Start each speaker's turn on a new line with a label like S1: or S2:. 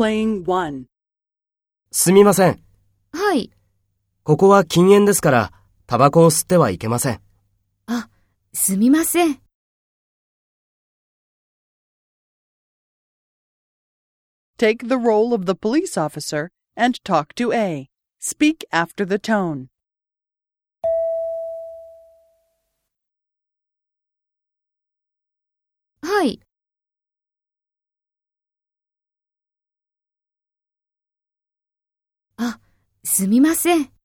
S1: す
S2: すみません。
S3: はい。
S2: ここは禁煙ですから、タバコを吸ってはいけません。
S3: すみません。
S1: Take the role of the police officer and talk to A. Speak after the tone.
S3: はい。あ、すみません。